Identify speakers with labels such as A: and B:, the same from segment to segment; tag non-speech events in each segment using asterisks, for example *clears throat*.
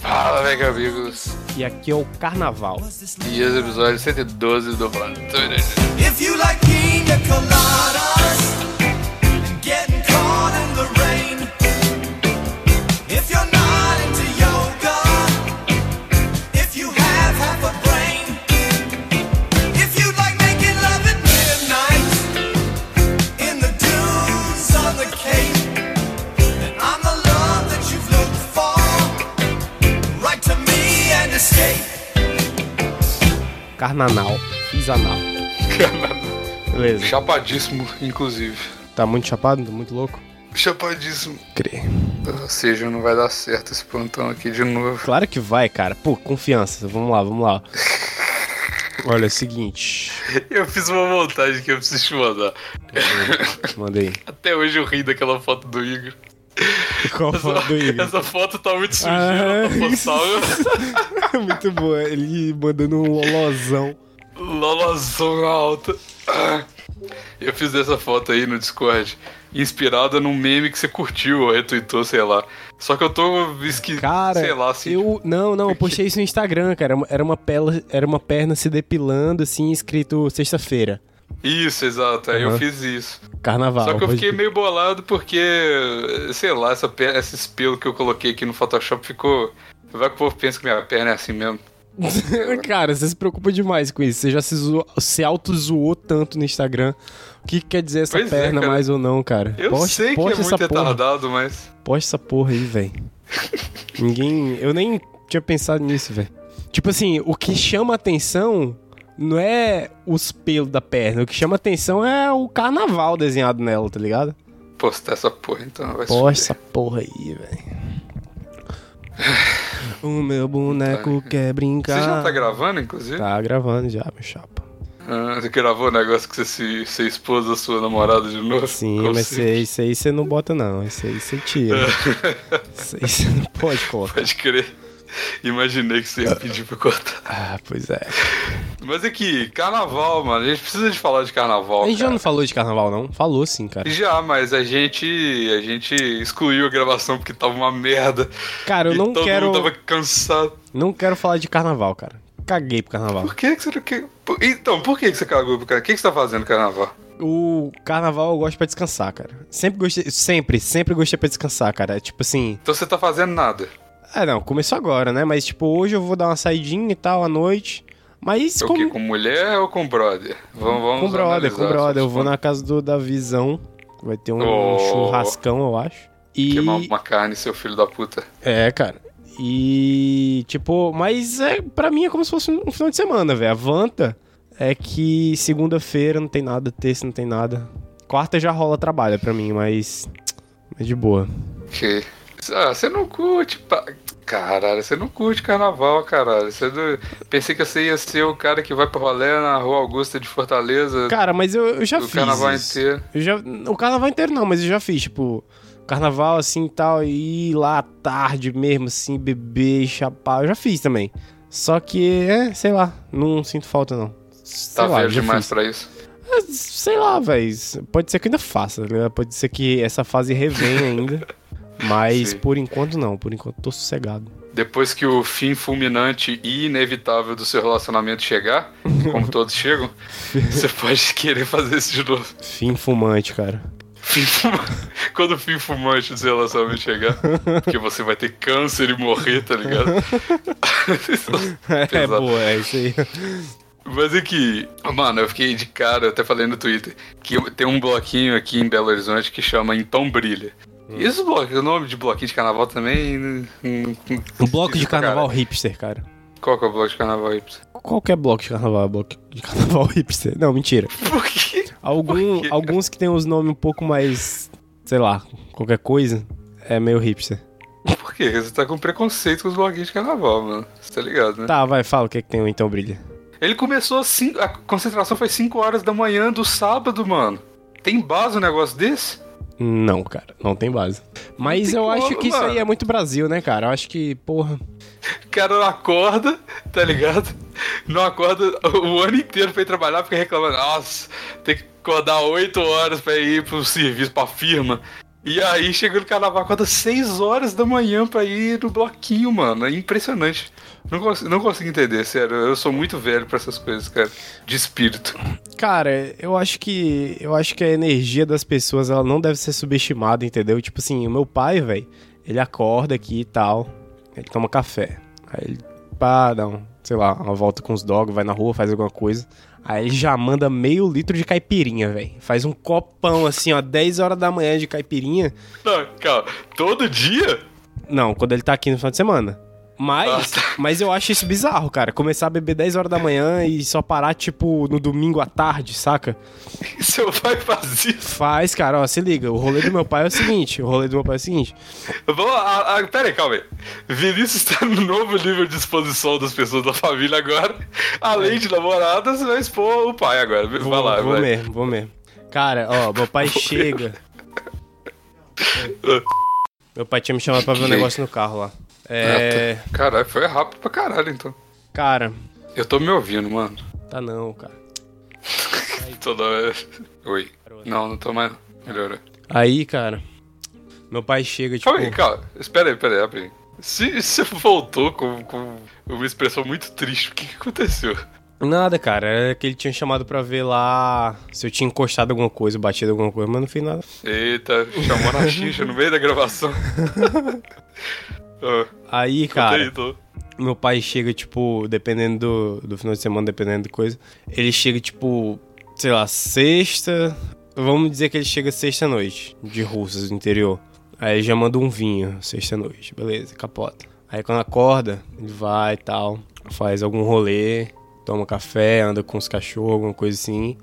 A: Fala, velho, amigos.
B: E aqui é o Carnaval.
A: E esse episódio 112 do Planeta
C: If you like pina coladas and getting caught in the rain, if you're not into yoga, if you have half a brain, if you like making love at midnight in the dunes on the cape, then I'm the love that you've looked for. Write to me and escape.
B: Carnanal. Fiz anal. Beleza.
A: Chapadíssimo, inclusive.
B: Tá muito chapado? Tá muito louco?
A: Chapadíssimo.
B: Crê.
A: Ou seja, não vai dar certo esse plantão aqui de novo.
B: Claro que vai, cara. Pô, confiança. Vamos lá, vamos lá. Olha, é o seguinte.
A: *laughs* Eu fiz uma montagem que eu preciso te mandar. *laughs*
B: Mandei.
A: Até hoje eu ri daquela foto do Igor.
B: Qual
A: Essa,
B: foto do Igor?
A: essa foto tá muito sujeira,
B: Ah.
A: tá postal.
B: *laughs* muito boa. Ele mandando um lolozão.
A: Lolazão alta. Ah. Eu fiz essa foto aí no Discord, inspirada num meme que você curtiu ou retweetou, sei lá. Só que eu tô esquisito,
B: Cara,
A: sei lá, assim,
B: eu... Não, não, eu postei isso no Instagram, cara. Era uma, pela... Era uma perna se depilando, assim, escrito sexta-feira.
A: Isso, exato. Aí
B: Aham.
A: eu fiz isso.
B: Carnaval.
A: Só que eu
B: pode
A: fiquei
B: crer.
A: meio bolado porque, sei lá, essa pe- esses pelos que eu coloquei aqui no Photoshop ficou. Vai que o povo pensa que minha perna é assim mesmo.
B: *laughs* Cara, você se preocupa demais com isso. Você já se, zo... se auto-zoou tanto no Instagram. O que, que quer dizer essa
A: Pois é,
B: perna
A: cara.
B: mais ou não, cara?
A: Eu sei que é muito
B: posta essa porra.
A: retardado, mas.
B: Posta essa porra aí,
A: *laughs*
B: velho. Ninguém. Eu nem tinha pensado nisso, velho. Tipo assim, o que chama atenção não é os pelos da perna. O que chama atenção é o carnaval desenhado nela, tá ligado?
A: Postar essa porra, então vai se
B: Posta essa porra aí, velho. O meu boneco quer
A: fuder.
B: brincar.
A: Você já tá gravando, inclusive?
B: Tá gravando já, meu chapa.
A: Ah, você gravou o negócio que você se você expôs a sua namorada de novo?
B: Sim,
A: Como
B: mas
A: se-
B: isso aí- isso aí você não bota, não. Isso aí você
A: *laughs*
B: tira. isso aí você não pode colocar.
A: Pode crer. Imaginei que você ia pedir pra cortar.
B: Ah, pois é.
A: Mas é que, carnaval, mano. A gente precisa de falar de carnaval.
B: A gente já
A: cara.
B: não falou de carnaval, não? Falou sim, cara.
A: Já, mas a gente a gente excluiu a gravação porque tava uma merda.
B: Cara, eu
A: E
B: não
A: todo
B: quero,
A: mundo tava cansado.
B: não quero falar de carnaval, cara. Caguei pro carnaval.
A: Por que que você não quer... por- Então, por que que você cagou pro cara? O que que você tá fazendo no carnaval?
B: O carnaval eu gosto pra descansar, cara. Sempre gostei, sempre, sempre gostei pra descansar, cara. É Tipo assim,
A: Então você tá fazendo nada.
B: ah não, começou agora, né? Mas tipo, hoje eu vou dar uma saidinha e tal à noite. Mas
A: É O quê?
B: como
A: Com mulher ou com brother? Vamos, vamos
B: com brother, com
A: analisar
B: brother, eu
A: essas
B: vou
A: coisas.
B: na casa do da Visão. Vai ter um
A: Oh.
B: churrascão, eu acho. E
A: Queimar uma carne, seu filho da puta.
B: É, cara. E, tipo, mas é, pra mim é como se fosse um final de semana, velho. A vanta é que segunda-feira não tem nada, terça não tem nada. Quarta já rola trabalho pra mim, mas. É de boa.
A: Que... Ah, você não curte... pa- Caralho, você não curte carnaval, caralho. Você não- Pensei que você ia ser o cara que vai pra rolê na Rua Augusta de Fortaleza.
B: Cara, mas eu, eu já
A: do
B: fiz.
A: carnaval
B: isso.
A: inteiro.
B: Eu já, o carnaval inteiro não, mas eu já fiz, tipo, carnaval assim e tal, e ir lá à tarde mesmo, assim, beber, e chapar. Eu já fiz também. Só que, é, sei lá, não sinto falta, não. Sei
A: Tá
B: lá,
A: velho
B: já
A: demais
B: fiz.
A: pra isso.
B: Mas, Sei lá, velho. Pode ser que ainda faça, tá ligado? Pode ser que essa fase revenha
A: *laughs*
B: ainda. Mas
A: Sim.
B: por enquanto não, por enquanto tô sossegado.
A: Depois que o fim fulminante e inevitável do seu relacionamento
B: *laughs*
A: chegar, como todos chegam, você pode querer fazer isso de novo.
B: Fim fumante,
A: *laughs*
B: cara.
A: Fim fuma- Quando o fim fumante do seu relacionamento chegar, porque você vai ter câncer e morrer, tá ligado?
B: *laughs*
A: *laughs*
B: É,
A: Pesado.
B: boa, é
A: *laughs*
B: isso aí.
A: Mas é que, mano, eu fiquei de cara, eu até falei no Twitter, que eu- tem um bloquinho aqui em Belo Horizonte que chama Então Brilha.
B: Hum.
A: E esses blocos, o nome de bloquinho de carnaval também. hum, hum, hum,
B: Um bloco de
A: esquisito pra
B: carnaval
A: caralho.
B: hipster, cara.
A: Qual que é o bloco de carnaval aí? pra você?
B: Qualquer bloco de carnaval é bloco de carnaval *laughs* hipster. Não, mentira.
A: Por quê?
B: Algum,
A: Por quê?
B: alguns que tem os nomes um pouco mais. sei lá, qualquer coisa, é meio hipster.
A: Por quê? Você tá com preconceito com os bloguinhos de carnaval, mano. Você tá ligado, né?
B: Tá, vai, fala o que é que tem o Então Brilha.
A: Ele começou às cinco. A concentração foi 5 horas da manhã do sábado, mano. Tem base um negócio desse?
B: Não, cara, não tem base. Mas
A: tem
B: eu acho
A: como,
B: que isso aí
A: mano.
B: é muito Brasil, né, cara? Eu acho que, porra.
A: O cara não acorda, tá ligado? Não acorda o ano inteiro pra ir trabalhar, fica reclamando. Nossa, tem que acordar 8 horas pra ir pro serviço, pra firma. E aí chega no carnaval, acorda 6 horas da manhã pra ir no bloquinho, mano. É impressionante. Não, cons não consigo entender, sério. Eu sou muito velho pra essas coisas, cara. De espírito.
B: Cara, eu acho que eu acho que a energia das pessoas ela não deve ser subestimada, entendeu? Tipo assim, o meu pai, velho, ele acorda aqui e tal, ele toma café. Aí ele pá, dá um, sei lá, uma volta com os dogs, vai na rua, faz alguma coisa. Aí ele já manda meio litro de caipirinha, velho. Faz um copão assim, ó, 10 horas da manhã de caipirinha.
A: Não, cara, todo dia? *laughs*
B: Não, quando ele tá aqui no final de semana. Mas,
A: Ah, tá.
B: mas eu acho isso bizarro, cara. Começar a beber 10 horas da manhã e só parar, tipo, no domingo à tarde, saca?
A: Seu pai faz isso.
B: Faz, cara, ó, se liga. O rolê do meu pai é o seguinte: o rolê do meu pai é o seguinte.
A: Vamos, a, a, pera aí, calma aí. Vinícius tá no novo nível de exposição das pessoas da família agora. Além de namoradas, vai expor o pai agora.
B: Vou,
A: vai lá,
B: vou
A: vai.
B: mesmo, vou mesmo. Cara, ó, meu pai chega. Meu pai tinha me chamado pra ver um
A: Que-
B: negócio no carro lá.
A: É...
B: É.
A: Caralho, foi rápido pra caralho, então.
B: Cara,
A: Eu tô me ouvindo, mano.
B: tá não, cara.
A: Toda vez. Oi. Não, não tô mais. Melhorou.
B: Aí, cara, meu pai chega, tipo.
A: Calma aí, calma. Espera aí, espera aí, rapidinho. Se você voltou com, com uma expressão muito triste, o que, que aconteceu?
B: Nada, cara. Era que ele tinha chamado pra ver lá se eu tinha encostado alguma coisa, batido alguma coisa, mas não fiz nada.
A: Eita, chamou na xixa no meio da
B: *laughs*
A: gravação. Ah,
B: Aí,
A: conta
B: cara.
A: aí, então. tô.
B: meu pai chega, tipo, dependendo do, do final de semana, dependendo de coisa, ele chega, tipo, sei lá, sexta. Vamos dizer que ele chega sexta-noite, de russas do interior. Aí já manda um vinho, sexta-noite, beleza, capota. Aí quando acorda, ele vai e tal, faz algum rolê, toma café, anda com os cachorros, alguma coisa assim.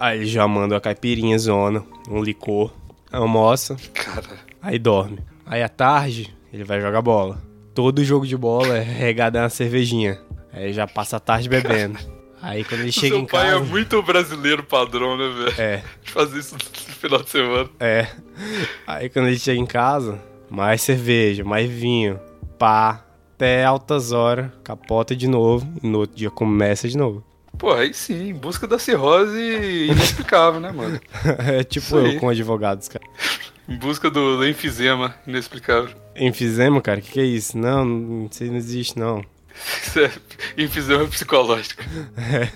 B: Aí ele já manda uma caipirinha zona, um licor, almoça,
A: Cara,
B: Aí dorme. Aí à tarde, ele vai jogar bola. Todo jogo de bola é regado a uma cervejinha. Aí já passa a tarde bebendo. Aí
A: *laughs*
B: quando ele chega
A: seu
B: em
A: pai
B: casa.
A: é muito brasileiro padrão, né, velho?
B: É,
A: *laughs* De fazer isso no final de semana.
B: é. Aí quando ele chega em casa, mais cerveja, mais vinho. Pá. Até altas horas, capota de novo. E no outro dia começa de novo. *laughs*
A: Pô, aí sim, em busca da cirrose inexplicável, né, mano?
B: é tipo
A: Isso aí.
B: eu com advogados, cara.
A: Em busca do, do enfisema inexplicável. *laughs*
B: Enfizema, cara, que que é isso? Não, não sei, não existe, não.
A: Isso é enfisema psicológico.
B: É.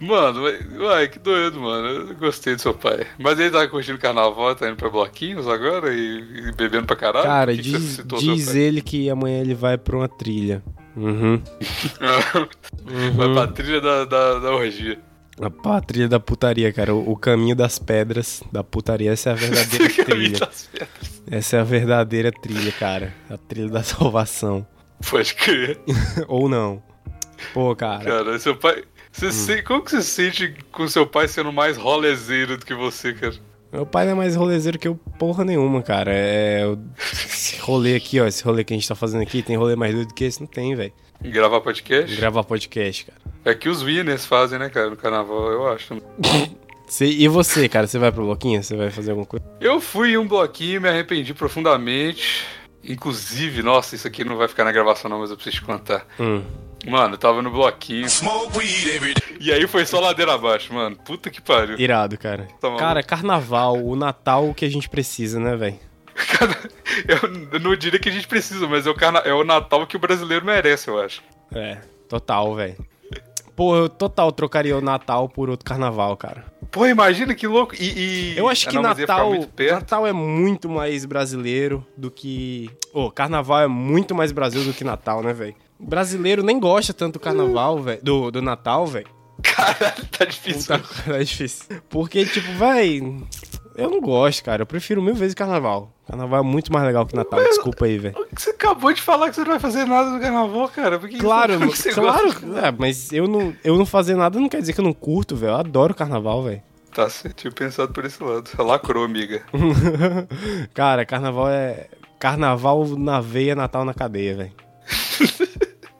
A: Mano, vai- vai, que doido, mano. Eu gostei do seu pai. Mas ele tá curtindo carnaval, tá indo pra bloquinhos agora e, e bebendo pra caralho?
B: Cara,
A: Por que que você
B: diz,
A: citou seu
B: diz ele que amanhã ele vai pra uma trilha. Uhum.
A: pai? *laughs* Vai pra trilha da, da, da orgia.
B: A pá, a trilha da putaria, cara. O, o caminho das pedras da
A: *laughs*
B: putaria. Essa é a verdadeira trilha.
A: Tá certo.
B: Essa é a verdadeira trilha, cara. A trilha da *laughs* salvação.
A: Pode crer.
B: Ou não. Pô, cara.
A: Cara, seu pai. Você
B: Hum.
A: se- Como que você se sente com seu pai sendo mais rolezeiro do que você, cara?
B: Meu pai não é mais rolezeiro que eu porra nenhuma, cara. É. o- Esse rolê aqui, ó. Esse rolê que a gente tá fazendo aqui, tem rolê mais doido que esse? Não tem, velho.
A: Gravar podcast?
B: Gravar podcast, cara.
A: É que os winners fazem, né, cara, no carnaval, eu acho.
B: Cê- e você, cara? Você vai pro bloquinho? Você vai fazer alguma coisa?
A: Eu fui em um bloquinho e me arrependi profundamente. Inclusive, nossa, isso aqui não vai ficar na gravação não, mas eu preciso te contar.
B: Hum.
A: Mano, eu tava no bloquinho
C: Smoke weed every day.
A: e aí foi só ladeira abaixo, mano. Puta que pariu.
B: Irado, cara.
A: Tá maluco.
B: Cara, é carnaval, o Natal, o que a gente precisa, né, velho?
A: Cara, eu não diria que a gente precisa, mas é o, carna... é o Natal que o brasileiro merece, eu acho.
B: É, total, velho. Pô, eu total trocaria o Natal por outro carnaval, cara.
A: Pô, imagina que louco. E, e-
B: Eu acho
A: Ah,
B: que
A: não, mas ia ficar
B: Natal,
A: muito perto.
B: Natal é muito mais brasileiro do que. Ô, carnaval é muito mais Brasil do que Natal, né, velho? Brasileiro nem gosta tanto do carnaval, velho. Do, do Natal, velho.
A: Caralho, tá difícil.
B: *laughs* Tá, é difícil. Porque, tipo, véi. Eu não gosto, cara. Eu prefiro mil vezes carnaval. Carnaval é muito mais legal que Natal. Desculpa aí, velho.
A: Você acabou de falar que você não vai fazer nada no carnaval, cara. Por que Então, que
B: Claro,
A: você
B: claro.
A: gosta?
B: É, mas eu não, eu não fazer nada não quer dizer que eu não curto, velho. Eu adoro carnaval, velho. *laughs*
A: Tá, você tinha pensado por esse lado. Lacrou, amiga.
B: Cara, carnaval é. Carnaval na veia, Natal na cadeia,
A: *laughs*
B: velho.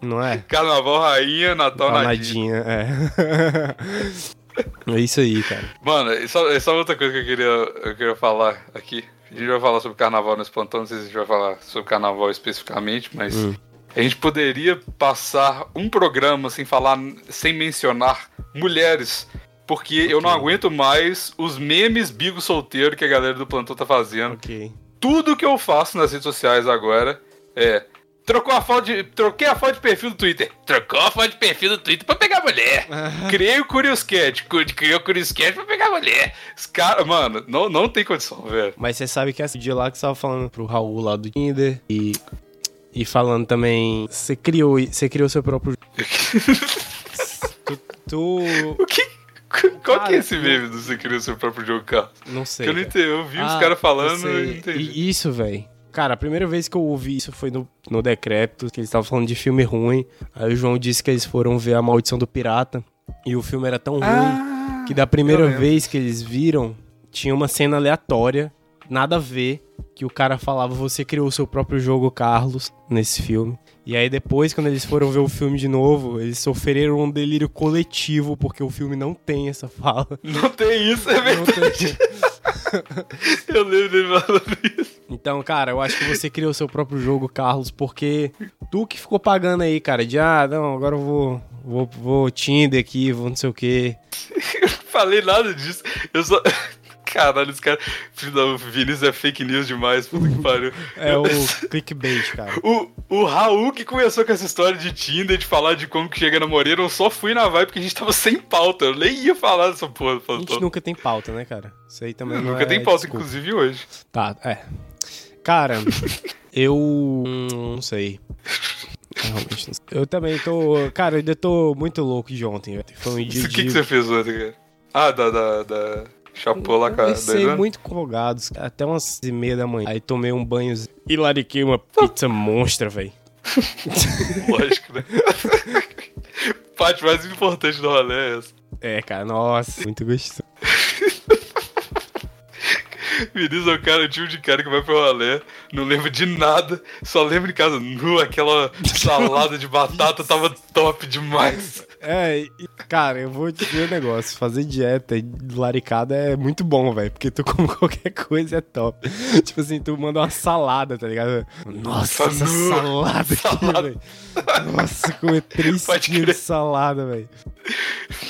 B: Não é?
A: Carnaval rainha, Natal
B: Tá
A: nadinha.
B: Paladinha, *laughs* é. É isso aí, cara.
A: Mano, e só, e só outra coisa que eu queria, eu queria falar aqui. A gente vai falar sobre carnaval nesse plantão, não sei se a gente vai falar sobre carnaval especificamente, mas
B: Hum.
A: a gente poderia passar um programa sem falar, sem mencionar mulheres. porque eu não aguento mais os memes bigo solteiro que a galera do plantão tá fazendo.
B: Ok.
A: Tudo que eu faço nas redes sociais agora é. Trocou a foto de, troquei a foto de perfil do Twitter. Trocou a foto de perfil do Twitter pra pegar
B: *laughs*
A: mulher. Criei o Curious Cat. cu- Criei o Curious Cat pra pegar mulher. Os caras, mano, não, não tem condição, velho.
B: Mas você sabe que esse dia lá que você tava falando pro Raul lá do Tinder e. E falando também. Você criou, você criou
A: *laughs*
B: seu próprio. tu, tu.
A: O que. Qual que
B: Cara,
A: é esse meme do você criou seu próprio jogo, cara?
B: Não sei.
A: Que eu não
B: velho.
A: entendi. Eu vi
B: Ah,
A: os caras
B: eu
A: falando
B: sei.
A: e não entendi.
B: E isso, velho. Cara, a primeira vez que eu ouvi isso foi no, no Decrépito, que eles estavam falando de filme ruim. Aí o João disse que eles foram ver A Maldição do Pirata. E o filme era tão ruim que da primeira
A: eu lembro.
B: vez que eles viram, tinha uma cena aleatória, nada a ver, que o cara falava: Você criou o seu próprio jogo, Carlos, nesse filme. E aí depois, quando eles foram ver o filme de novo, eles sofreram um delírio coletivo, porque o filme não tem essa fala.
A: Não tem isso, é
B: Não
A: verdade.
B: *laughs* tem.
A: Eu lembro dele falando isso.
B: Então, cara, eu acho que você criou seu próprio jogo, Carlos, porque tu que ficou pagando aí, cara, de ah, não, agora eu vou, vou, vou Tinder aqui, vou não sei o quê.
A: Eu não falei nada disso. Eu só. *laughs* Caralho, esse cara. Filho da- O Vinícius é fake news demais, puta que pariu.
B: É o clickbait, cara.
A: O, o Raul que começou com essa história de Tinder, de falar de como que chega na Moreira, eu só fui na vibe porque a gente tava *laughs* sem pauta. Eu nem ia falar dessa porra do
B: A
A: *laughs*
B: gente
A: plantão.
B: nunca tem pauta, né, cara? Isso aí também não
A: Nunca
B: é
A: tem pauta,
B: desculpa.
A: inclusive hoje.
B: Tá, é. Cara, eu hum, não sei. É, Realmente não sei. Eu também tô, cara, eu ainda tô muito louco de ontem, velho. Foi um dia
A: Isso, O
B: de
A: que, que você fez ontem, cara? Ah, da. da, da... Chapô lá, cara.
B: Comecei muito colgado, até umas e meia da manhã. Aí tomei um banho e lariquei uma pizza monstra, velho.
A: *laughs* Lógico, né? *laughs* Parte mais importante do rolê é essa.
B: É, cara, nossa, muito gostoso.
A: Vinícius é o cara, o tipo de cara que vai pro rolê, não lembra de nada, só lembra de casa nu,
B: *laughs*
A: aquela salada de batata tava top
B: *laughs*
A: demais.
B: É, e, cara, eu vou te dizer um negócio. Fazer dieta e laricada é muito bom, velho. Porque tu *laughs* come qualquer coisa e é top. tipo assim, tu manda uma salada, tá ligado? Nossa, essa
A: Nu.
B: salada aqui,
A: Salada.
B: velho. Nossa, comer
A: *laughs*
B: três
A: Pode
B: quilos de
A: crer.
B: salada, velho.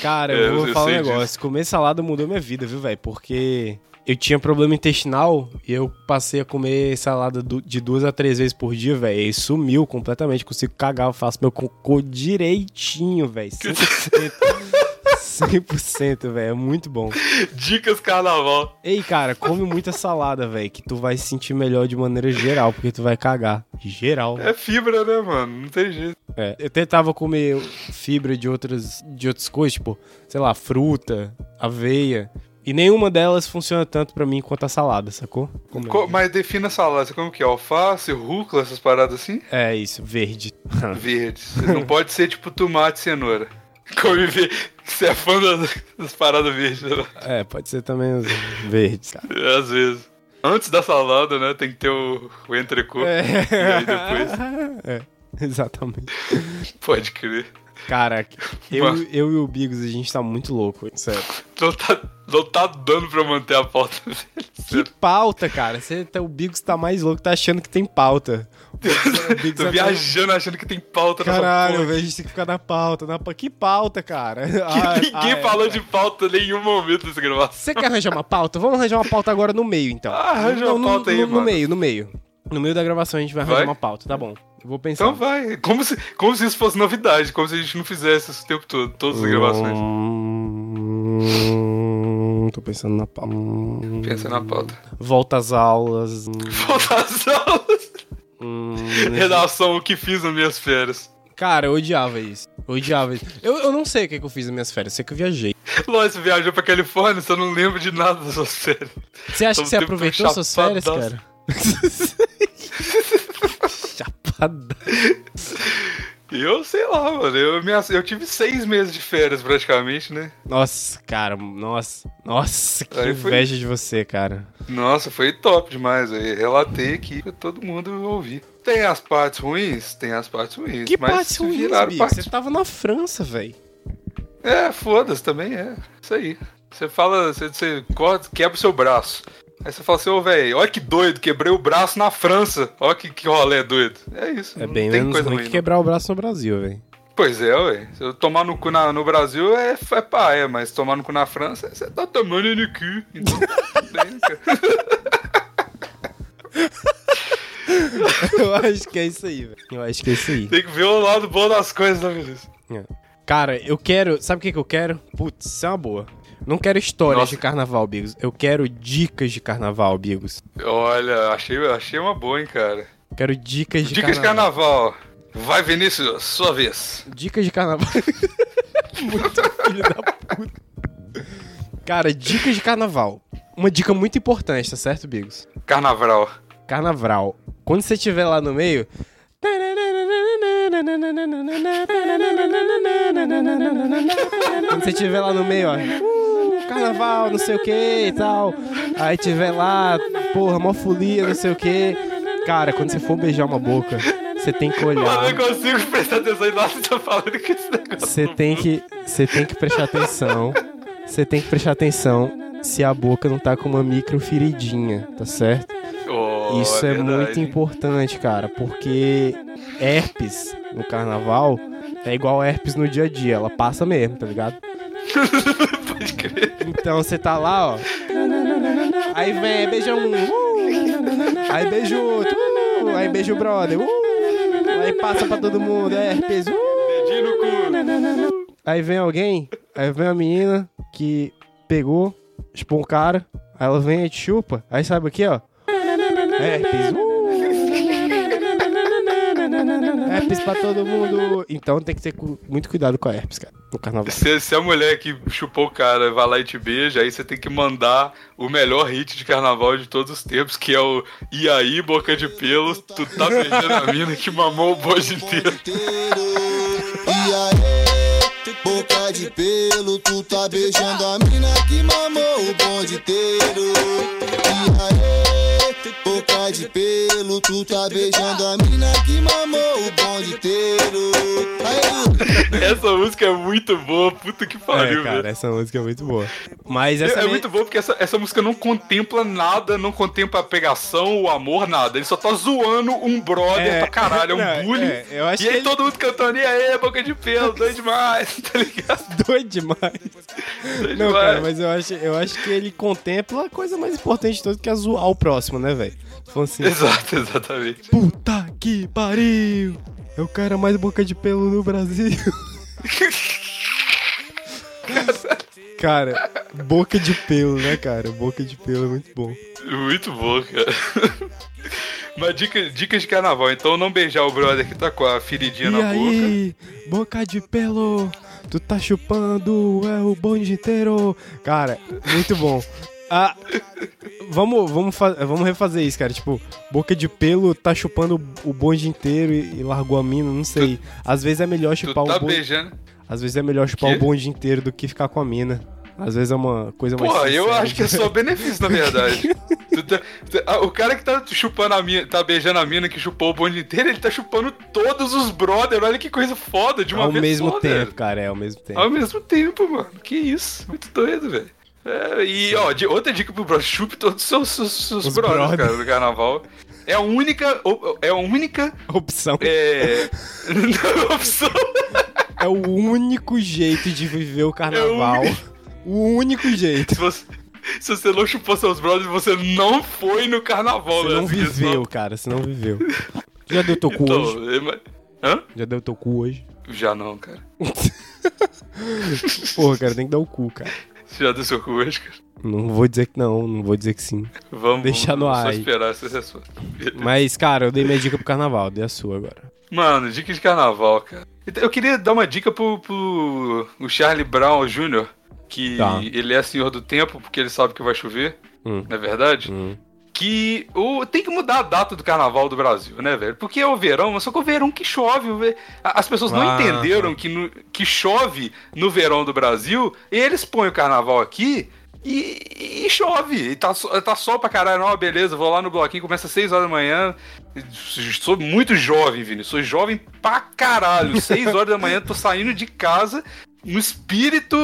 B: Cara,
A: É,
B: eu
A: eu-
B: vou
A: eu
B: falar um
A: sei
B: negócio. Comer salada mudou minha vida, viu, velho? Porque eu tinha problema intestinal e eu passei a comer salada du- de duas a três vezes por dia, velho. E sumiu completamente. Consigo cagar, eu faço meu cocô direitinho, velho. 100%. 100%, velho. É muito bom.
A: Dicas carnaval.
B: Ei, cara, come muita salada, velho, que tu vai se sentir melhor de maneira geral, porque tu vai cagar. Geral.
A: É fibra, né, mano? Não tem jeito.
B: É, eu tentava comer fibra de outras, de outras coisas, tipo, sei lá, fruta, aveia. E nenhuma delas funciona tanto pra mim quanto a salada, sacou? Como é?
A: Co- mas defina a salada, você come o que? é? Alface, rúcula, essas paradas assim?
B: É isso,
A: *laughs*
B: verde.
A: Verdes.
B: *laughs*
A: Não pode ser tipo tomate e cenoura. *laughs* Come ver. Você é fã das, das paradas verdes, né? É,
B: é, pode ser também os verdes, cara.
A: Às vezes. Antes da salada, né? Tem que ter o, o entrecô. E aí depois,
B: *laughs* É, exatamente.
A: pode crer.
B: Cara, eu,
A: Mano.
B: eu e o Bigos, a gente tá muito louco, sério.
A: Não tá, não tá dando pra manter a pauta. *laughs*
B: Que pauta, cara? Você, tá- o Bigos tá mais louco, tá achando que tem pauta. O Bigos
A: *laughs* Tô
B: é-
A: viajando achando que tem *laughs* pauta nessa
B: Caralho,
A: porra.
B: velho, a gente tem que ficar na pauta. Na... pa- Que pauta, cara?
A: *laughs* Que
B: Ah,
A: ninguém
B: ah, é,
A: falou
B: cara.
A: de pauta em nenhum momento dessa gravação.
B: Você quer arranjar uma pauta? Vamos arranjar uma pauta agora no meio, então.
A: Ah, arranja uma
B: no,
A: pauta aí,
B: no, No
A: mano.
B: meio, no meio. No meio da gravação a gente vai arranjar
A: Vai?
B: uma pauta, tá bom. Eu vou pensar.
A: Então vai. Como se, como se isso fosse novidade, como se a gente não fizesse isso o tempo todo, todas as gravações.
B: Hum, Tô pensando na pauta. Hum,
A: Pensa na pauta. *laughs*
B: Volta às aulas.
A: Voltar às aulas.
B: Hum,
A: Redação, o que fiz nas minhas férias.
B: Cara, eu odiava isso. Eu odiava isso. Eu, eu não sei o que, que eu fiz nas minhas férias, eu sei que eu viajei.
A: Lógico, você viajou pra Califórnia, você não lembra de nada das suas férias.
B: Você acha
A: Tô
B: que você
A: tempo
B: aproveitou suas férias,
A: chapadaço.
B: cara?
A: *laughs*
B: *laughs* Chapada.
A: Eu sei lá, mano. Eu, me ass- eu tive seis meses de férias praticamente, né?
B: Nossa, cara, nossa. Nossa, que
A: Aí foi-
B: inveja de você, cara.
A: Nossa, foi top demais. Eu relatei aqui pra todo mundo ouvir. Tem as partes ruins? Tem as partes ruins.
B: Que
A: mas
B: parte ruim,
A: viraram
B: Bibi?
A: partes-
B: Você tava na França, velho.
A: É, foda-se também, é. Isso aí. Você fala, você, você corta, quebra o seu braço. Aí você fala assim, ô velho, olha que doido, quebrei o braço na França. Olha que, que rolê doido. É isso.
B: É
A: não
B: bem
A: tem
B: menos
A: coisa
B: ruim
A: ruim,
B: que
A: não.
B: quebrar o braço no Brasil, velho.
A: Pois é, ué. Se eu tomar no cu na- no Brasil é, é paia, mas tomar no cu na França, você tá tomando no cu. Então, tudo bem, cara.
B: *laughs* Eu acho que é isso aí, velho. Eu acho que é isso aí.
A: Tem que ver o lado bom das coisas, né, Vinícius?
B: É. Cara, eu quero. Sabe o que, que eu quero? Putz, isso é uma boa. Não quero histórias
A: Nossa.
B: de carnaval, Bigos. Eu quero dicas de carnaval, Bigos.
A: Olha, achei, achei uma boa, hein, cara.
B: Quero dicas de
A: Dicas de
B: carnaval.
A: carnaval. Vai, Vinícius, sua vez.
B: Dicas de carnaval. *laughs* muito filho da puta. Cara, dicas de carnaval. Uma dica muito importante, tá certo, Bigos?
A: Carnaval.
B: Carnaval. Quando você estiver lá no meio. Quando você estiver lá no meio, ó. "Uh, Carnaval, não sei o que e tal. Aí tiver lá, porra, mó folia, não sei o que. Cara, quando você for beijar uma boca, você tem que
A: Mano,
B: olhar.
A: eu não consigo prestar atenção em nada que você tá falando que esse negócio.
B: Você tem que, você tem que prestar atenção. Você tem que prestar atenção se a boca não tá com uma micro feridinha, tá certo?
A: Oh,
B: Isso é,
A: verdade,
B: muito
A: hein?
B: importante, cara, porque herpes no carnaval é igual herpes no dia a dia, ela passa mesmo, tá ligado?
A: Pode crer.
B: Então você tá lá, ó. Aí vem, beija um. uh, Aí beija o outro. uh, Aí beija o brother. uh, Aí passa pra todo mundo, é herpes. uh.
A: Dedinho no cu.
B: Aí vem alguém, aí vem uma menina que pegou, chupou um cara, aí ela vem e te chupa, aí sabe o que, ó? Herpes. uh. Herpes pra todo mundo. Então tem que ter cu- muito cuidado com a herpes, cara, no carnaval.
A: Se, se a mulher que chupou o cara vai lá e te beija, aí você tem que mandar o melhor hit de carnaval de todos os tempos, que é o E aí, boca de pelo, tu tá beijando a mina que mamou o bojo inteiro.
D: E aí, boca de pelo, tu tá beijando a mina que mamou o bonde inteiro. E aí, boca de pelo, tu tá beijando a mina que mamou o bonde inteiro. Aí,
A: Essa música é muito boa, puta que pariu,
B: é,
A: velho.
B: cara, essa música é muito boa. Mas essa
A: É, é
B: me-
A: muito bom porque essa, essa música não contempla nada, não contempla a pegação, o amor, nada. Ele só tá zoando um brother
B: É,
A: pra caralho, é um
B: não,
A: bullying.
B: é, eu acho
A: e aí
B: que ele-
A: todo mundo cantando, e aí, é boca de pelo, doido demais, *laughs* tá ligado?
B: *laughs* doido demais.
A: Doido
B: Não,
A: demais.
B: cara, mas eu acho, eu acho que ele contempla a coisa mais importante de tudo, que é zoar o próximo, né, velho? Falando assim,
A: Exato, exatamente.
B: puta que pariu! É o cara mais boca de pelo
A: *laughs*
B: do Brasil. cara, boca de pelo, né, cara? Boca de pelo é muito bom.
A: Muito bom, cara. *laughs* Mas dica, dicas de carnaval, então não beijar o brother que tá com a feridinha
B: E
A: na boca.
B: aí, boca de pelo, tu tá chupando é o bonde inteiro. Cara, muito bom. Ah, vamos, vamos, fa- vamos refazer isso, cara. Tipo, boca de pelo tá chupando o bonde inteiro e, e largou a mina, não sei. Às vezes é melhor
A: Tu
B: chupar
A: tá
B: o bonde.
A: beijando.
B: Às vezes é melhor chupar
A: Quê?
B: o bonde inteiro do que ficar com a mina. Às vezes é uma coisa mais.
A: Porra, eu
B: sincera.
A: acho que é só benefício, na
B: *laughs*
A: verdade. Tu tá- tu- ah, o cara que tá chupando a mina, tá beijando a mina que chupou o bonde inteiro, ele tá chupando todos os brother. Olha que coisa foda de uma
B: *laughs* ao
A: vez
B: mesmo
A: só, né?
B: tempo,
A: velho.
B: cara, é ao mesmo tempo.
A: Ao mesmo tempo, mano. Que isso? Muito doido, velho. É, e, ó, de- outra dica pro brother, chupe todos os seus, seus, seus
B: Os
A: brothers,
B: brother.
A: cara, do carnaval. É a única, é a única
B: *laughs* Opção.
A: É. *laughs* Não, opção.
B: É o único jeito de
A: É
B: viver o carnaval. o único jeito.
A: *laughs* Se você, se você não chupou seus brothers, você não foi no carnaval,
B: Você não
A: né? Isso
B: viveu, cara. Você não viveu. Já deu teu cu hoje?
A: Então, é, mas- Hã?
B: Já deu teu cu hoje?
A: Já não, cara.
B: Porra, cara, tem que dar o cu, cara.
A: Você já deu seu cu hoje, cara?
B: Não vou dizer que não, não vou dizer
A: *laughs*
B: que sim.
A: Vamos
B: Deixa no
A: vamos
B: ar
A: Só
B: aí.
A: esperar essa resposta.
B: Mas, cara, eu dei minha dica pro carnaval, dei a sua agora.
A: Mano, dica de carnaval, cara. Então, Eu queria dar uma dica pro, pro o Charlie Brown Jr., que
B: Tá.
A: ele é senhor do tempo porque ele sabe que vai chover,
B: Hum.
A: não é verdade?
B: Hum.
A: que o, tem que mudar a data do carnaval do Brasil, né, velho? Porque é o verão, mas só que é o verão que chove. o ve- a- As pessoas não
B: Ah.
A: entenderam que, no- que chove no verão do Brasil, e eles põem o carnaval aqui e, e chove. E tá, so- tá sol pra caralho, não, beleza, vou lá no bloquinho, começa às 6 horas da manhã. Sou muito jovem, Vini, sou jovem pra caralho. 6 horas da manhã, tô saindo de casa no um espírito,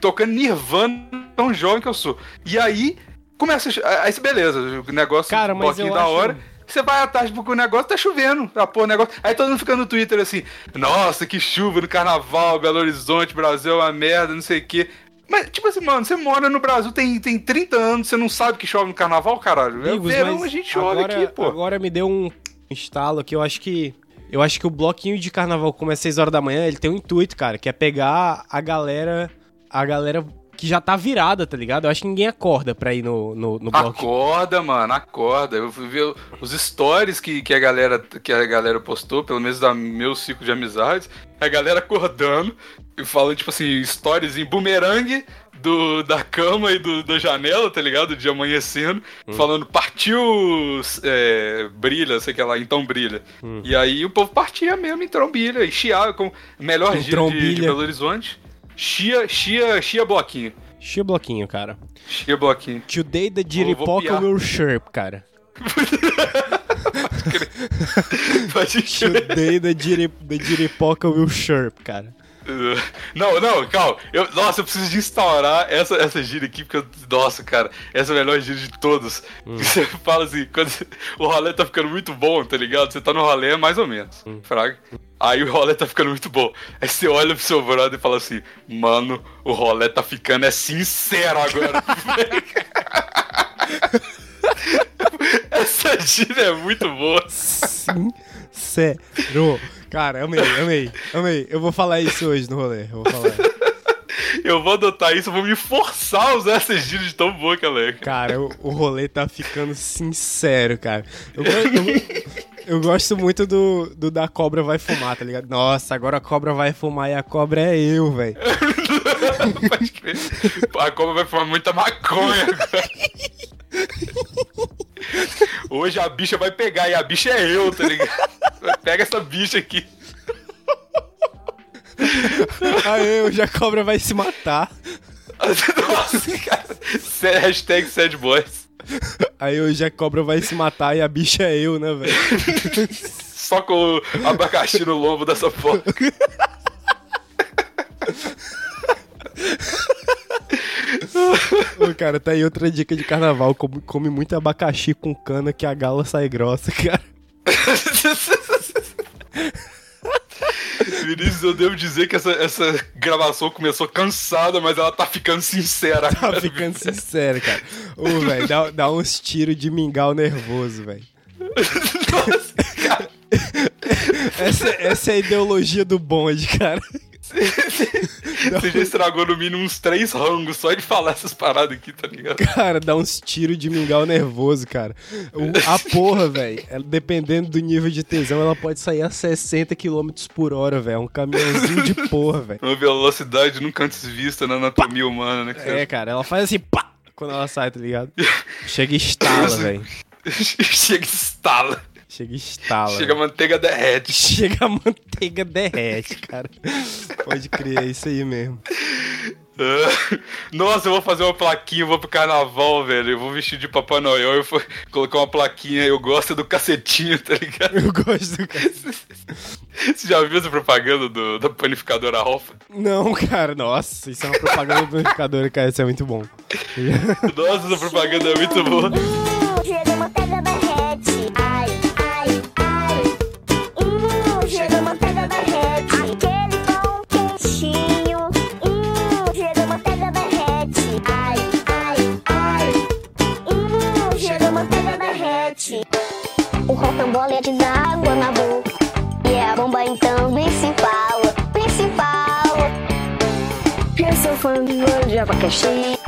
A: tocando Nirvana, tão jovem que eu sou. E aí, começa. a- Aí, beleza, o negócio
B: Cara, mas
A: bloquinho
B: eu
A: da
B: acho-
A: hora. Você vai à tarde pro negócio, tá chovendo. Ah, pô, o negócio. Aí todo mundo fica no Twitter assim: Nossa, que chuva no carnaval, Belo Horizonte, Brasil é uma merda, não sei o quê. Mas, tipo assim, mano, você mora no Brasil, tem, tem 30 anos, você não sabe que chove no carnaval, caralho. É
B: Amigos,
A: verão,
B: mas
A: a gente olha
B: agora-
A: aqui, pô.
B: Agora me deu um instalo aqui, eu acho que. Eu acho que o bloquinho de carnaval começa às 6 horas da manhã, ele tem um intuito, cara, que é pegar a galera. A galera que já tá virada, tá ligado? Eu acho que ninguém acorda pra ir no, no, no bloco.
A: Acorda, mano, acorda. Eu fui ver os stories que, que, a galera, que a galera postou, pelo menos do meu ciclo de amizades, a galera acordando e falando, tipo assim, stories em bumerangue do, da cama e do, da janela, tá ligado? De amanhecendo,
B: Hum.
A: falando partiu é, brilha, sei que lá, então brilha.
B: Hum.
A: E aí o povo partia mesmo em trombilha, e chiava com melhor
B: Em
A: dia de, de
B: trombilha.
A: Belo Horizonte. Chia, chia, chia bloquinho.
B: Chia bloquinho, cara.
A: Chia
B: *laughs*
A: bloquinho.
B: Today the
A: vou
B: Jiripoca
A: piar.
B: will chirp, cara.
A: Pode crer.
B: Today the, jiri, the Jiripoca will chirp, cara.
A: Uh, Não, não, calma. Eu, nossa, eu preciso de instaurar essa, essa gíria aqui, porque, eu, nossa, cara, essa é a melhor gíria de todas. *laughs* Você fala assim, quando *laughs* você- o rolê tá ficando muito bom, tá ligado? Você tá no rolê mais ou menos, fraga. Aí o rolê tá ficando muito bom. Aí você olha pro seu brother e fala assim, mano, o rolê tá ficando é sincero agora. *laughs* essa gíria é muito boa.
B: Sincero. Cara, amei, amei, amei. Eu vou falar isso hoje no rolê. Eu vou falar.
A: Eu vou adotar isso, eu vou me forçar a usar essas gírias de tão boa que ela é.
B: Cara, o, o rolê tá ficando sincero, cara. Eu, go- eu- eu gosto muito do, do da cobra vai fumar, tá ligado? Nossa, agora a cobra vai fumar e a cobra é eu, velho.
A: *laughs* Pode crer. A Cobra vai fumar muita maconha agora. Hoje a bicha vai pegar e a bicha é eu, tá ligado? Pega essa bicha aqui.
B: Aí hoje a cobra vai se matar.
A: Nossa, cara. Sé- Hashtag sad boys.
B: Aí hoje a cobra vai se matar e a bicha é eu, né, velho?
A: Só com o abacaxi no lombo dessa porra.
B: Ô, cara, tá aí outra dica de carnaval. Come, come muito abacaxi com cana que a gala sai grossa, cara.
A: Vinícius, eu devo dizer que essa, essa gravação começou cansada, mas ela tá ficando sincera.
B: Tá ficando sincero, cara. Ô, velho, dá, dá uns tiros de mingau nervoso, velho.
A: Nossa, cara.
B: Essa, essa é a ideologia do bonde, cara. Então.
A: Você já estragou no mínimo uns três rangos só de falar essas paradas aqui, tá ligado?
B: Cara, dá uns tiros de mingau nervoso, cara. O- a porra, velho, ela- dependendo do nível de tesão, ela pode sair a 60 km por hora, velho. É um caminhãozinho de porra,
A: *laughs*
B: velho.
A: Uma velocidade nunca antes vista na anatomia humana, né, cara?
B: É, cara, ela faz assim, pá, quando ela sai, tá ligado? Chega e estala, velho.
A: *laughs* chega e estala.
B: Chega e estala.
A: Chega a manteiga derrete.
B: *laughs* Chega a manteiga derrete, cara. Pode crer, é isso aí mesmo.
A: Ah, Nossa, eu vou fazer uma plaquinha, eu vou pro carnaval, velho. Eu vou vestir de Papai Noel, eu vou colocar uma plaquinha, eu gosto do cacetinho, tá ligado?
B: Eu gosto do cara.
A: Você já viu essa propaganda do, da panificadora Alfa?
B: Não, cara, nossa, isso é uma propaganda panificadora, cara, isso é muito bom.
A: Nossa, essa propaganda é muito boa.
E: Hum, Cheira manteiga derrete. Ai, ai, ai. Hum, cheira manteiga derrete. Aquele pão quentinho. Hum, cheira manteiga derrete. Ai, ai, ai. Hum, cheira manteiga derrete. O rocambolete d'água na boca. E a bomba então principal, principal. Eu sou fã de bolo de abacaxi,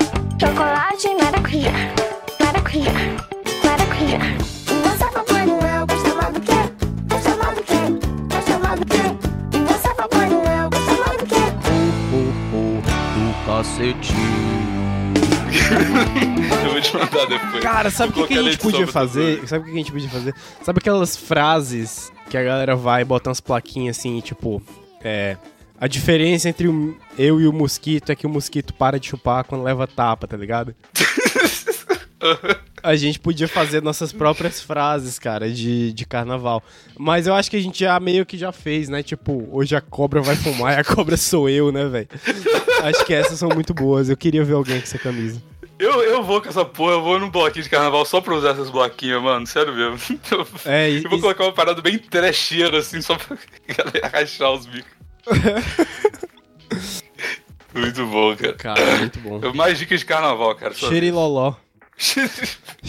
E: chocolate e maracujá, maracujá, maracujá. E você, Papai Noel, gosta mais do quê? Gosta mais do quê? Gosta mais do quê? E você, Papai Noel, gosta mais do quê?
A: Eu vou te mandar depois.
B: Cara, sabe o
A: Vou
B: que, que
A: colocar
B: a gente
A: na edição
B: podia
A: pra
B: fazer? Sabe o que que a gente podia fazer? Sabe aquelas frases que a galera vai e bota umas plaquinhas assim, tipo, é. A diferença entre o- eu e o mosquito é que o mosquito para de chupar quando leva tapa, tá ligado? A gente podia fazer nossas próprias frases, cara, de, de carnaval. Mas eu acho que a gente já meio que já fez, né? Tipo, hoje a cobra vai fumar e a cobra sou eu, né, velho? Acho que essas são muito boas. Eu queria ver alguém com essa camisa.
A: Eu, eu vou com essa porra, eu vou num bloquinho de carnaval só pra usar essas bloquinhas, mano. Sério mesmo. Eu,
B: É,
A: *laughs*
B: e-
A: eu vou
B: e-
A: colocar uma parada bem trecheira, assim, só pra *laughs* galera rachar os
B: *laughs*
A: bicos. Muito bom, cara.
B: Cara, muito bom.
A: Mais dicas de carnaval, cara. Só-
B: Xeriloló.
A: *laughs*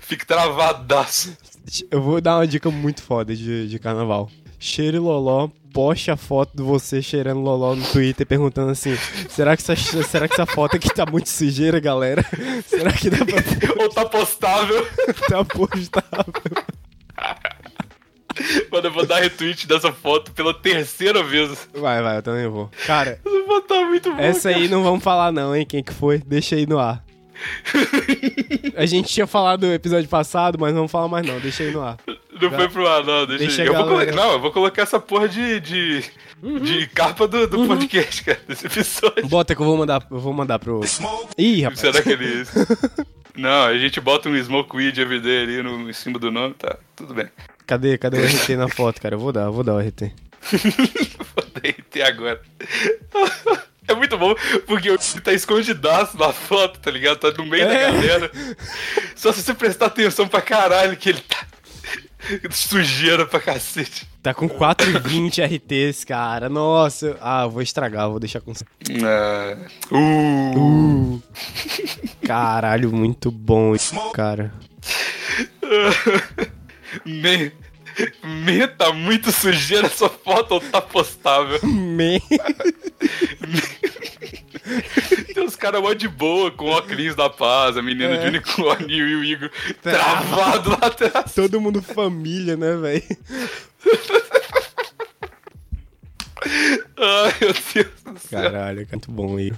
A: Fique travadaço.
B: *laughs* Eu vou dar uma dica muito foda de, de carnaval. Cheire loló, poste a foto de você cheirando loló no Twitter perguntando assim: será que essa, será que essa foto aqui tá muito sujeira, galera? *laughs* Será que dá pra *laughs*
A: Ou tá postável. *laughs*
B: tá postável?
A: Mano, eu vou dar retweet dessa foto pela terceira vez.
B: Vai, vai, eu também vou. Cara,
A: Essa foto tá muito boa.
B: essa aí não vamos falar, não, hein? Quem que foi? Deixa aí no *laughs* ar. A gente tinha falado no episódio passado, mas não vamos falar mais, não. Deixa aí no ar.
A: Não foi pro ar, não. Deixa,
B: Deixa
A: aí.
B: a
A: eu vou
B: galera-
A: colo- Não, eu vou colocar essa porra de. de, de capa do, do podcast, cara, desse
B: *laughs*
A: episódio.
B: Bota que eu vou mandar, eu vou mandar pro. Ih, rapaz.
A: Será que ele. é não, a gente bota um smoke weed everyday ali no, em cima do nome, tá? Tudo bem. *laughs*
B: Cadê, cadê o RT na foto, cara? Eu vou dar, eu vou dar o RT.
A: Vou deitar agora. É muito bom, porque o tá escondidaço na foto, tá ligado? Tá no meio da
B: É.
A: galera. Só se você prestar atenção pra caralho que ele tá. *laughs* Sujeira pra cacete.
B: Tá com 4,20 RTs, cara. Nossa. eu- Ah, eu vou estragar, vou deixar com.
A: Ah, uh.
B: Uh. Caralho, muito bom isso, cara.
A: *laughs* Me... Me tá muito sujeira essa foto ou tá postável?
B: Me...
A: Tem uns caras mó de boa com o Cris da Paz, a menina
B: É.
A: de unicórnio e o Igor
B: Tá.
A: travado lá atrás.
B: *laughs* Todo mundo família, né, velho?
A: Ai, meu Deus do céu.
B: Caralho, cara, muito bom aí.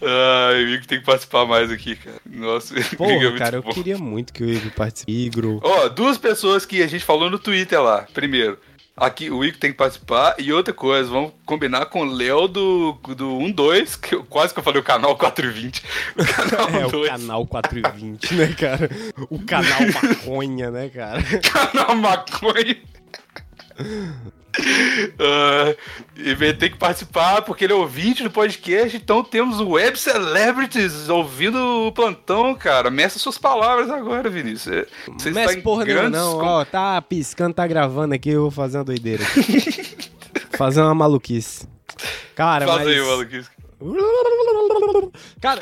A: Ai, o Igor tem que participar mais aqui, cara. Nossa, o Igor é
B: Porra,
A: muito
B: cara, eu
A: bom.
B: queria muito que o Igor participasse. Igor.
A: Ó, duas pessoas que a gente falou no Twitter lá. Primeiro, aqui o Igor tem que participar. E outra coisa, vamos combinar com o Léo do, do 1-2, que eu, quase que eu falei o canal 420. O canal
B: *laughs* É,
A: 1-2.
B: o canal 420, né, cara? O *laughs* canal maconha, né, cara?
A: *laughs* canal maconha. Ah, e ele tem que participar porque ele é ouvinte do podcast, então temos o Web Celebrities ouvindo o plantão, cara. Meça suas palavras agora, Vinícius. É, Você está
B: Mas
A: tá em
B: porra nenhuma,
A: grandes
B: não,
A: com-
B: ó, tá piscando, tá gravando aqui, eu vou fazer uma doideira. *laughs* fazer uma maluquice. Cara,
A: Faz
B: mas...
A: aí, maluquice.
B: *laughs* Cara,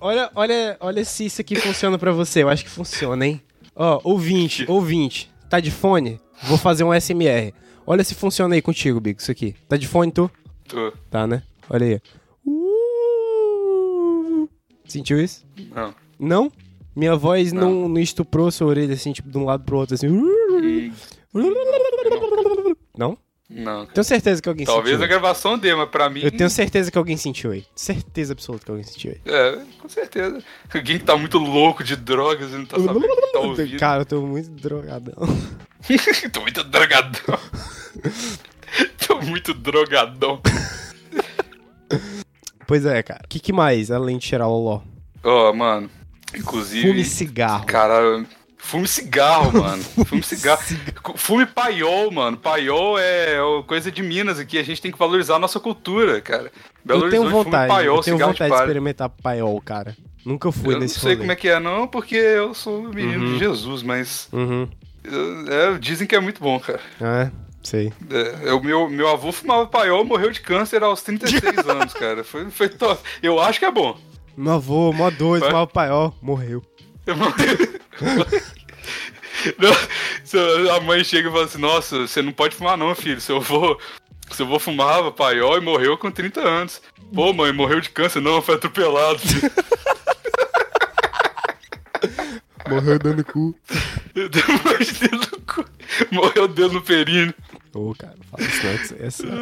B: olha, olha, olha se isso aqui funciona pra você, eu acho que funciona, hein? Ó, ouvinte, ouvinte, tá de fone? Vou fazer um SMR. Olha se funciona aí contigo, Bigo, isso aqui. Tá de fone, tu?
A: Tô.
B: Tá, né? Olha aí. Uh! Sentiu isso?
A: Não.
B: Não? Minha voz não, não estuprou sua orelha assim, tipo, de um lado pro outro, assim. Não?
A: Não. cara.
B: Tenho certeza que alguém
A: Talvez na
B: sentiu.
A: gravação dê, mas pra mim.
B: Eu tenho certeza que alguém sentiu aí. Certeza absoluta que alguém sentiu aí.
A: É, com certeza. Alguém que tá muito louco de drogas e não tá sabendo o
B: *laughs*
A: que tá ouvindo.
B: Cara, eu tô muito drogadão.
A: *laughs* Tô muito drogadão.
B: *laughs*
A: Tô muito drogadão.
B: Pois é, cara. O que, que mais, além de cheirar loló?
A: Ó, mano. Inclusive.
B: Fume cigarro.
A: Caralho. Fume
B: *laughs*
A: cigarro, mano. Fume cigarro.
B: cigarro.
A: Fume paiol, mano. Paiol é coisa de Minas aqui. A gente tem que valorizar a nossa cultura, cara. Belo
B: eu tenho
A: Horizonte,
B: vontade,
A: fume paiol,
B: eu tenho
A: cigarro
B: vontade
A: de
B: de,
A: palha.
B: experimentar paiol, cara. Nunca fui
A: Eu não
B: nesse
A: sei
B: rolê.
A: como é que é, não, porque eu sou o menino de Jesus, mas
B: Uhum.
A: eu- é, dizem que é muito bom, cara.
B: É, sei.
A: É, eu- meu, meu avô fumava paiol, morreu de câncer aos
B: *laughs*
A: 36 anos, cara. Foi, foi top. Eu acho que é bom.
B: Meu avô, mó doido,
A: Vai.
B: mal paiol, morreu.
A: Eu não- Não, se a mãe chega e fala assim: Nossa, você não pode fumar, não, filho. Se eu vou. Se eu vou fumava paiol e morreu com 30 anos. Pô, mãe, morreu de câncer, não, foi atropelado. *laughs* filho.
B: Morreu dando cu.
A: Depois de dedo no cu. Morreu o dedo no períneo.
B: Ô, cara, não fala isso não, que isso aí é sério.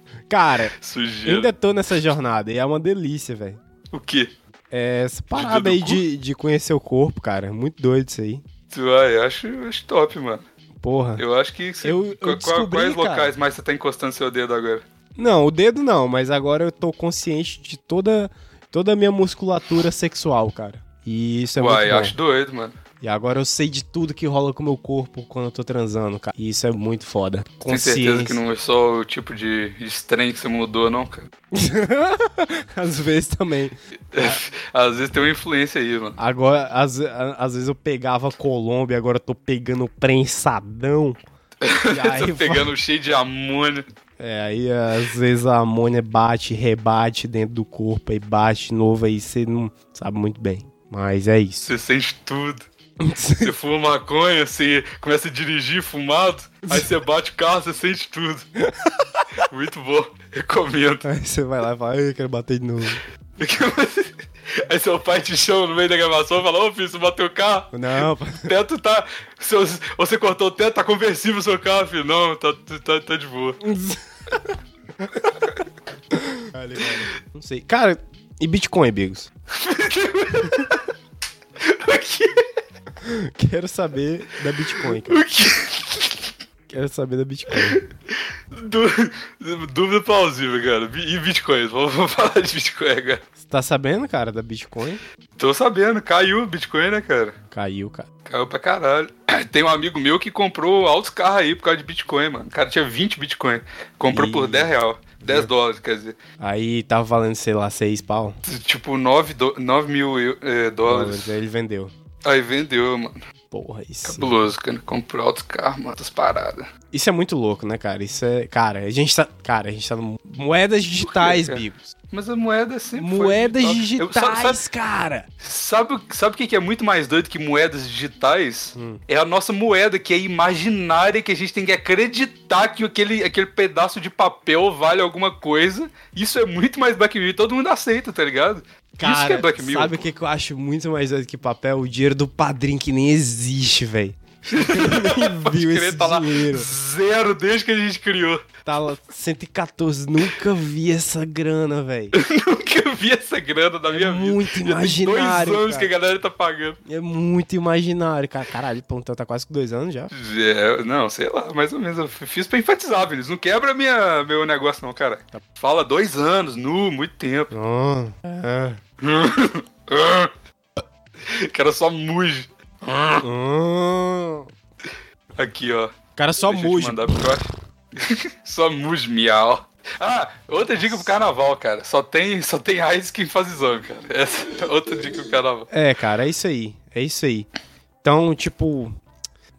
B: *laughs* Cara,
A: Sujeira.
B: ainda tô nessa jornada e é uma delícia, velho.
A: O quê?
B: É, essa parada aí
A: cu?
B: de, de conhecer o corpo, cara, é muito doido isso aí.
A: Ah, eu acho, eu acho top, mano.
B: Porra.
A: Eu acho que. Você,
B: Eu- eu
A: qua- qua-
B: descobri,
A: quais
B: cara.
A: locais mais você tá encostando seu dedo agora?
B: Não, o dedo não, mas agora eu tô consciente de toda, toda a minha musculatura sexual, cara. E isso é
A: Uai,
B: muito bom.
A: acho doido, mano.
B: E agora eu sei de tudo que rola com o meu corpo quando eu tô transando, cara. E isso é muito foda.
A: Tem certeza que não é só o tipo de estranho que você mudou, não, cara.
B: *laughs* Às vezes também.
A: Às vezes tem uma influência aí, mano. *laughs*
B: Agora, às, a- às vezes eu pegava Colômbia, agora eu tô pegando prensadão. E aí,
A: *laughs* Tô tá pegando cheio de amônio.
B: É, aí às vezes a amônia bate, rebate dentro do corpo, aí bate de novo, aí você não sabe muito bem. Mas
A: *laughs*
B: é isso.
A: Você sente tudo. Você fuma maconha, você começa a dirigir fumado, aí você bate o carro, você sente tudo. Muito bom. Recomendo. *laughs*
B: Aí você vai lá e fala, eu quero bater de novo.
A: Aí seu pai te chama no meio da gravação e fala, ô filho, você bateu o carro? *laughs*
B: Não,
A: O teto tá. seus- você cortou o teto, tá conversível o seu carro, filho. Não, tá, tá, tá de boa. *laughs*
B: não sei. Cara, e Bitcoin, Bigos? *laughs*
A: O que?
B: Quero saber da Bitcoin, cara.
A: O que?
B: Quero saber da Bitcoin.
A: Dú- Dúvida plausível, cara. Bi- E Bitcoin? Vamos vamos falar de Bitcoin agora.
B: Você tá sabendo, cara, da Bitcoin?
A: Tô sabendo, caiu o Bitcoin, né, cara?
B: Caiu, cara.
A: Caiu pra caralho. *clears throat* Tem um amigo meu que comprou altos carros aí por causa de Bitcoin, mano. O cara tinha 20 Bitcoin. Comprou por
B: Ih.
A: 10 real. 10 dólares, quer dizer.
B: Aí tava valendo, sei lá, seis pau.
A: Tipo, 9, mil eu- eh, dólares.
B: Dólares, Aí ele vendeu.
A: Aí vendeu, mano.
B: Porra, isso.
A: Cabuloso, cara. Comprou altos carros, mano. Essas paradas.
B: Isso é muito louco, né, cara? Isso é. Cara, a gente tá. Cara, a gente tá no. Moedas digitais,
A: cara?
B: Bigos.
A: Mas a moeda é sempre foi
B: Moedas
A: digital. Eu- sabe- é
B: digitais, cara.
A: Sabe, sabe, sabe o que que é muito mais doido que moedas digitais?
B: Hum.
A: É a nossa moeda, que é imaginária, que a gente tem que acreditar que aquele, aquele pedaço de papel vale alguma coisa. Isso é muito mais Black Mirror. Todo mundo aceita, tá ligado? Isso que é
B: Cara,
A: Black Mirror.
B: sabe o que que eu acho muito mais doido que papel? O dinheiro do padrinho que nem
A: *laughs*
B: existe, velho. Nem
A: Pode
B: viu
A: crer,
B: esse
A: tá lá
B: dinheiro.
A: zero desde que a gente criou. *laughs*
B: Tá lá 114. Nunca vi essa grana, velho.
A: Nunca vi essa grana da minha vida.
B: É muito
A: Já tem
B: imaginário,
A: dois anos
B: cara.
A: que a galera tá pagando.
B: É muito imaginário, cara. Caralho, pô, então tá quase com dois anos já.
A: É, não, sei lá, mais ou menos. Eu f- fiz pra enfatizar, eles Não quebra minha, meu negócio, não, cara.
B: Tá.
A: Fala dois anos, nu, muito tempo.
B: Ah, ah,
A: *laughs* que era só muge.
B: ah.
A: Aqui, ó.
B: O cara só
A: Deixa eu te
B: muge.
A: mandar porque eu acho- *laughs* Só muge, miau. Ah, outra dica pro carnaval, cara. Só tem, só tem AIDS quem faz exame, cara. Essa é outra dica pro carnaval.
B: É, cara, é isso aí. É isso aí. Então, tipo,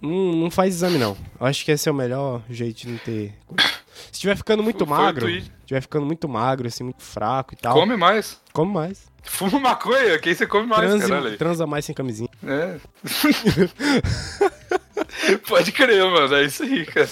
B: não, não faz exame, não. Eu acho que esse é o melhor jeito de não ter. coisa. Se estiver ficando muito
A: Foi o
B: magro,
A: tweet.
B: se estiver ficando muito magro, assim, muito fraco e tal, come,
A: Come mais.
B: mais.
A: Fuma maconha, que aí você come mais,
B: Transe-
A: caralho.
B: transa mais sem camisinha.
A: É. *laughs* Pode crer, mano. É isso aí, cara.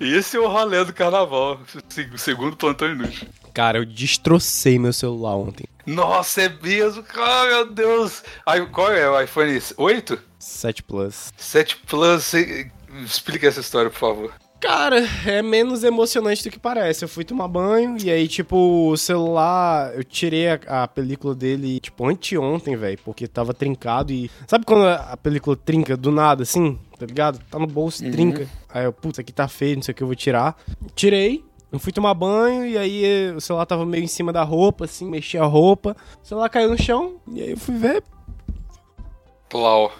A: Esse é o ralé do carnaval. se- Segundo plantão inútil.
B: Cara, eu destrocei meu celular ontem.
A: Nossa, é mesmo? Ah, meu Deus. Ai, qual é o iPhone 8?
B: 7 Plus.
A: 7 Plus. se- Explica essa história, por favor.
B: Cara, é menos emocionante do que parece. Eu fui tomar banho e aí, tipo, o celular. Eu tirei a, a película dele, tipo, anteontem, velho, porque tava trincado e. Sabe quando a a película trinca do nada, assim? Tá ligado? Tá no bolso,
A: Uhum.
B: trinca. Aí eu, puta, aqui tá feio, não sei o que, eu vou tirar. Tirei. Eu fui tomar banho e aí eh, o celular tava meio em cima da roupa, assim, mexi a roupa. O celular caiu no chão e aí eu fui ver.
A: Plau.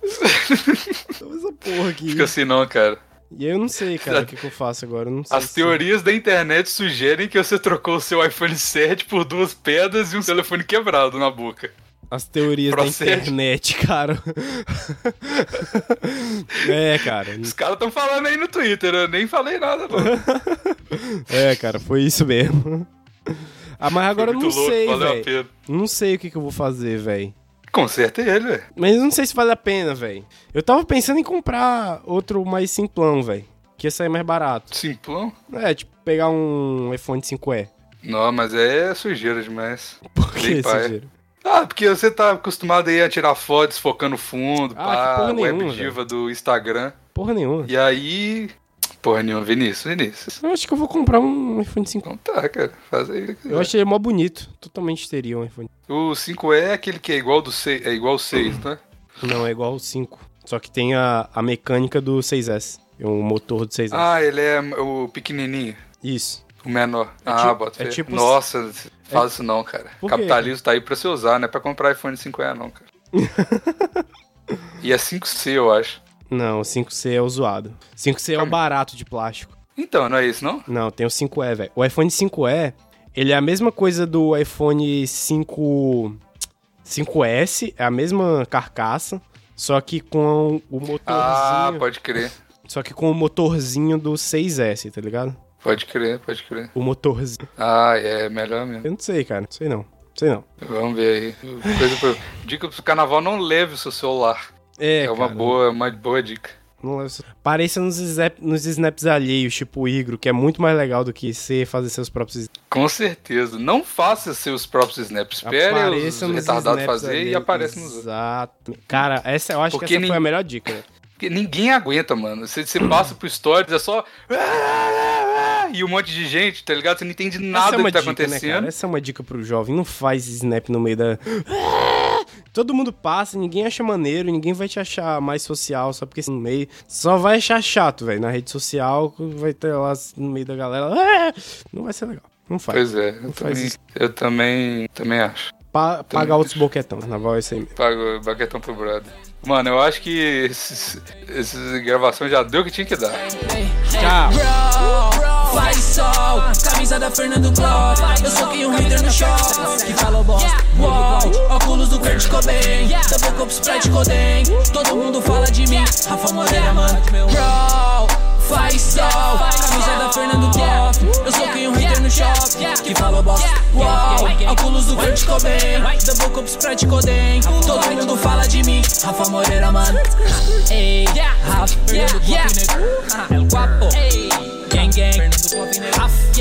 B: "Pô, Essa porra aqui.
A: Fica assim não, cara.
B: E aí eu não sei, cara, o que, que eu faço agora. Eu não sei.
A: As
B: se-
A: teorias da internet sugerem que você trocou o seu iPhone 7 por duas pedras e um telefone quebrado na boca.
B: As teorias da
A: Procede.
B: internet, *laughs* cara. é, cara.
A: Os caras estão falando aí no Twitter, eu nem falei nada, mano.
B: É, cara, foi isso mesmo. Ah, mas *laughs* agora eu não
A: Muito louco,
B: sei,
A: valeu a
B: velho.
A: pena.
B: Não sei o que, que eu vou fazer, velho.
A: Conserta ele, velho.
B: Mas eu não sei se vale a pena, velho. Eu tava pensando em comprar outro mais simplão, velho. Que ia sair mais barato.
A: Simplão?
B: É, tipo, pegar um iPhone 5E.
A: Não, mas é sujeira demais.
B: Por que
A: Bem
B: esse
A: pai.
B: dinheiro?
A: Ah, porque você tá acostumado aí a tirar foto desfocando o fundo,
B: Ah,
A: pá,
B: que porra
A: web
B: nenhuma,
A: diva do Instagram.
B: Porra nenhuma.
A: E aí. Porra nenhuma, Vinícius, Vinícius.
B: Eu acho que eu vou comprar um iPhone 5
A: Então tá, cara, faz aí. o que quiser.
B: Eu achei ele mó bonito. Totalmente teria um iPhone.
A: O 5E é aquele que é igual do 6, é igual ao 6, né?
B: Não, é igual o 5. Só que tem a, a mecânica do 6S. é O motor do 6S.
A: Ah, ele é o pequenininho,
B: Isso.
A: o menor. ah,
B: tipo-
A: bota
B: é
A: fé.
B: tipo-
A: Nossa, faz isso não, cara.
B: Por quê? *laughs*
A: Capitalismo tá aí pra você usar, não é pra comprar é iPhone 5E não, cara. E a 5C, eu acho.
B: Não, o 5C é o zoado. 5C é o barato de plástico.
A: Então, não é isso, não?
B: Não, tem o 5E, velho. O iPhone 5E, ele é a mesma coisa do iPhone 5 5S, é a mesma carcaça, só que com o motorzinho,
A: Ah, pode crer.
B: só que com o motorzinho do 6S, tá ligado?
A: Pode crer, pode crer.
B: O motorzinho.
A: Ah, é melhor mesmo.
B: Eu não sei, cara, não sei não. não Sei não.
A: Vamos ver aí. Coisa pra... Dica pro carnaval, não leve o seu celular. É, uma
B: cara,
A: boa, uma boa dica.
B: Não leva isso- Pareça nos, snap, nos snaps alheios, tipo o Igro, que é muito mais legal do que você fazer seus próprios.
A: Com certeza. Não faça seus próprios snaps. Espere os
B: nos
A: retardados
B: snaps
A: fazer e
B: alheios.
A: aparece nos outros.
B: Exato. Cara, essa, eu acho
A: Porque
B: que essa
A: nem-
B: foi a melhor dica. né? velho.
A: Porque ninguém aguenta, mano. Você, você passa pro stories, é só. *laughs* E um monte de gente, tá ligado? Você não entende
B: Essa
A: nada
B: é
A: do
B: uma
A: que tá
B: dica, Né,
A: acontecendo.
B: cara? Essa é uma dica pro jovem. Não faz snap no meio da. *laughs* Todo mundo passa, ninguém acha maneiro, ninguém vai te achar mais social só porque assim, no meio. Só vai achar chato, velho. Na rede social, vai ter lá no meio da galera. *laughs* Não vai ser legal. Não faz.
A: pois é, eu
B: Não faz
A: também,
B: isso.
A: eu também, também acho.
B: Pa- pagar outros boquetão. Carnaval é isso aí mesmo.
A: Pago o baquetão pro brother. Mano, eu acho que esses- essas gravações já deu o que tinha que dar.
B: Tchau.
F: Bro, faz sol, camisa da Fernando Globo. Eu sou que um hater no shopping que falou bosta. Uou, óculos do Kurt Cobain, também com Sprite Coden. Todo mundo fala de mim, Rafa Moreira, mano. Bro, faz sol, camisa da Fernando Globo. Eu sou que um hater no shopping que falou bosta. Uou, óculos do Kurt Cobain, também com Sprite Coden. Todo mundo fala de mim, Rafa Moreira, mano. Ei, Rafa, Fernando Globo, negro. Ah, Uh. El Guapo, gang gang, Af,